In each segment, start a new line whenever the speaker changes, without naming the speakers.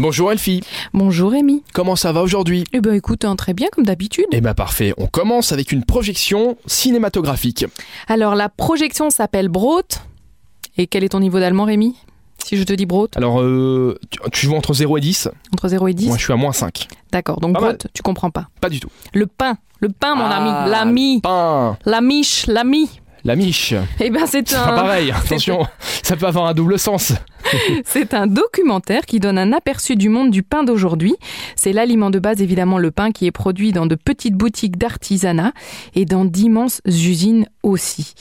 Bonjour Elfie,
Bonjour Rémi.
comment ça va aujourd'hui
Eh ben écoute, hein, très bien comme d'habitude.
Eh ben parfait, on commence avec une projection cinématographique.
Alors la projection s'appelle Brot. Et quel est ton niveau d'allemand Rémi Si je te dis Brot,
Alors, euh, tu, tu joues entre 0 et 10
entre 0 et 10.
Moi je suis à moins 5.
D'accord, donc
Pas
Brot,
mal.
tu comprends pas.
Pas du tout.
Le pain, le pain mon
Ah,
ami, l'ami,
Pain,
la miche, l'ami.
la miche,
Eh ben c'est
c'est pas
un,
pareil, attention, ça peut avoir un double sens.
c'est un documentaire qui donne un aperçu du monde du pain d'aujourd'hui. C'est l'aliment de base évidemment le pain qui est produit dans de petites boutiques d'artisanat et dans d'immenses usines aussi.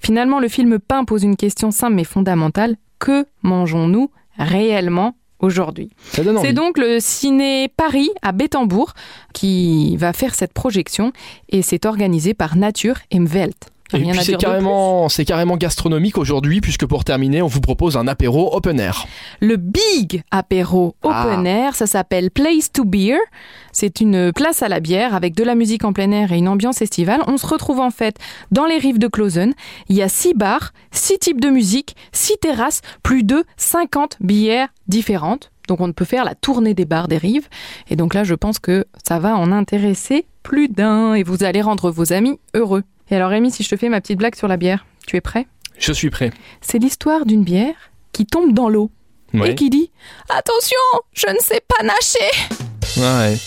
Finalement, le film Pain pose une question simple mais fondamentale. Que mangeons-nous réellement aujourd'hui
Ça donne envie.
C'est donc le Ciné Paris à Bétambourg qui va faire cette projection et c'est organisé par Nature et Mvelt.
Et
Rien à
puis c'est
dire de
carrément, c'est carrément gastronomique aujourd'hui, puisque pour terminer, on vous propose un apéro open air.
Le Big Apéro Open Air, ça s'appelle Place to Beer. C'est une place à la bière avec de la musique en plein air et une ambiance estivale. On se retrouve en fait dans les rives de Clausen. Il y a six bars, six types de musique, six terrasses, plus de 50 bières différentes. Donc on peut faire la tournée des bars des rives. Et donc là, je pense que ça va en intéresser plus d'un et vous allez rendre vos amis heureux. Et alors Rémi, si je te fais ma petite blague sur la bière, tu es prêt
Je suis prêt.
C'est l'histoire d'une bière qui tombe dans l'eau
Ouais.
et qui dit Attention, je ne sais pas nager.
Ah ouais.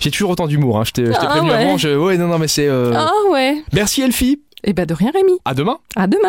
J'ai toujours autant d'humour, hein. je t'ai je t'ai
Ah
prévenu
ouais.
avant. je- Ouais, non, non, mais c'est. euh,
Ah ouais.
Merci Elfie,
Eh ben de rien, Rémi.
à demain.
À demain.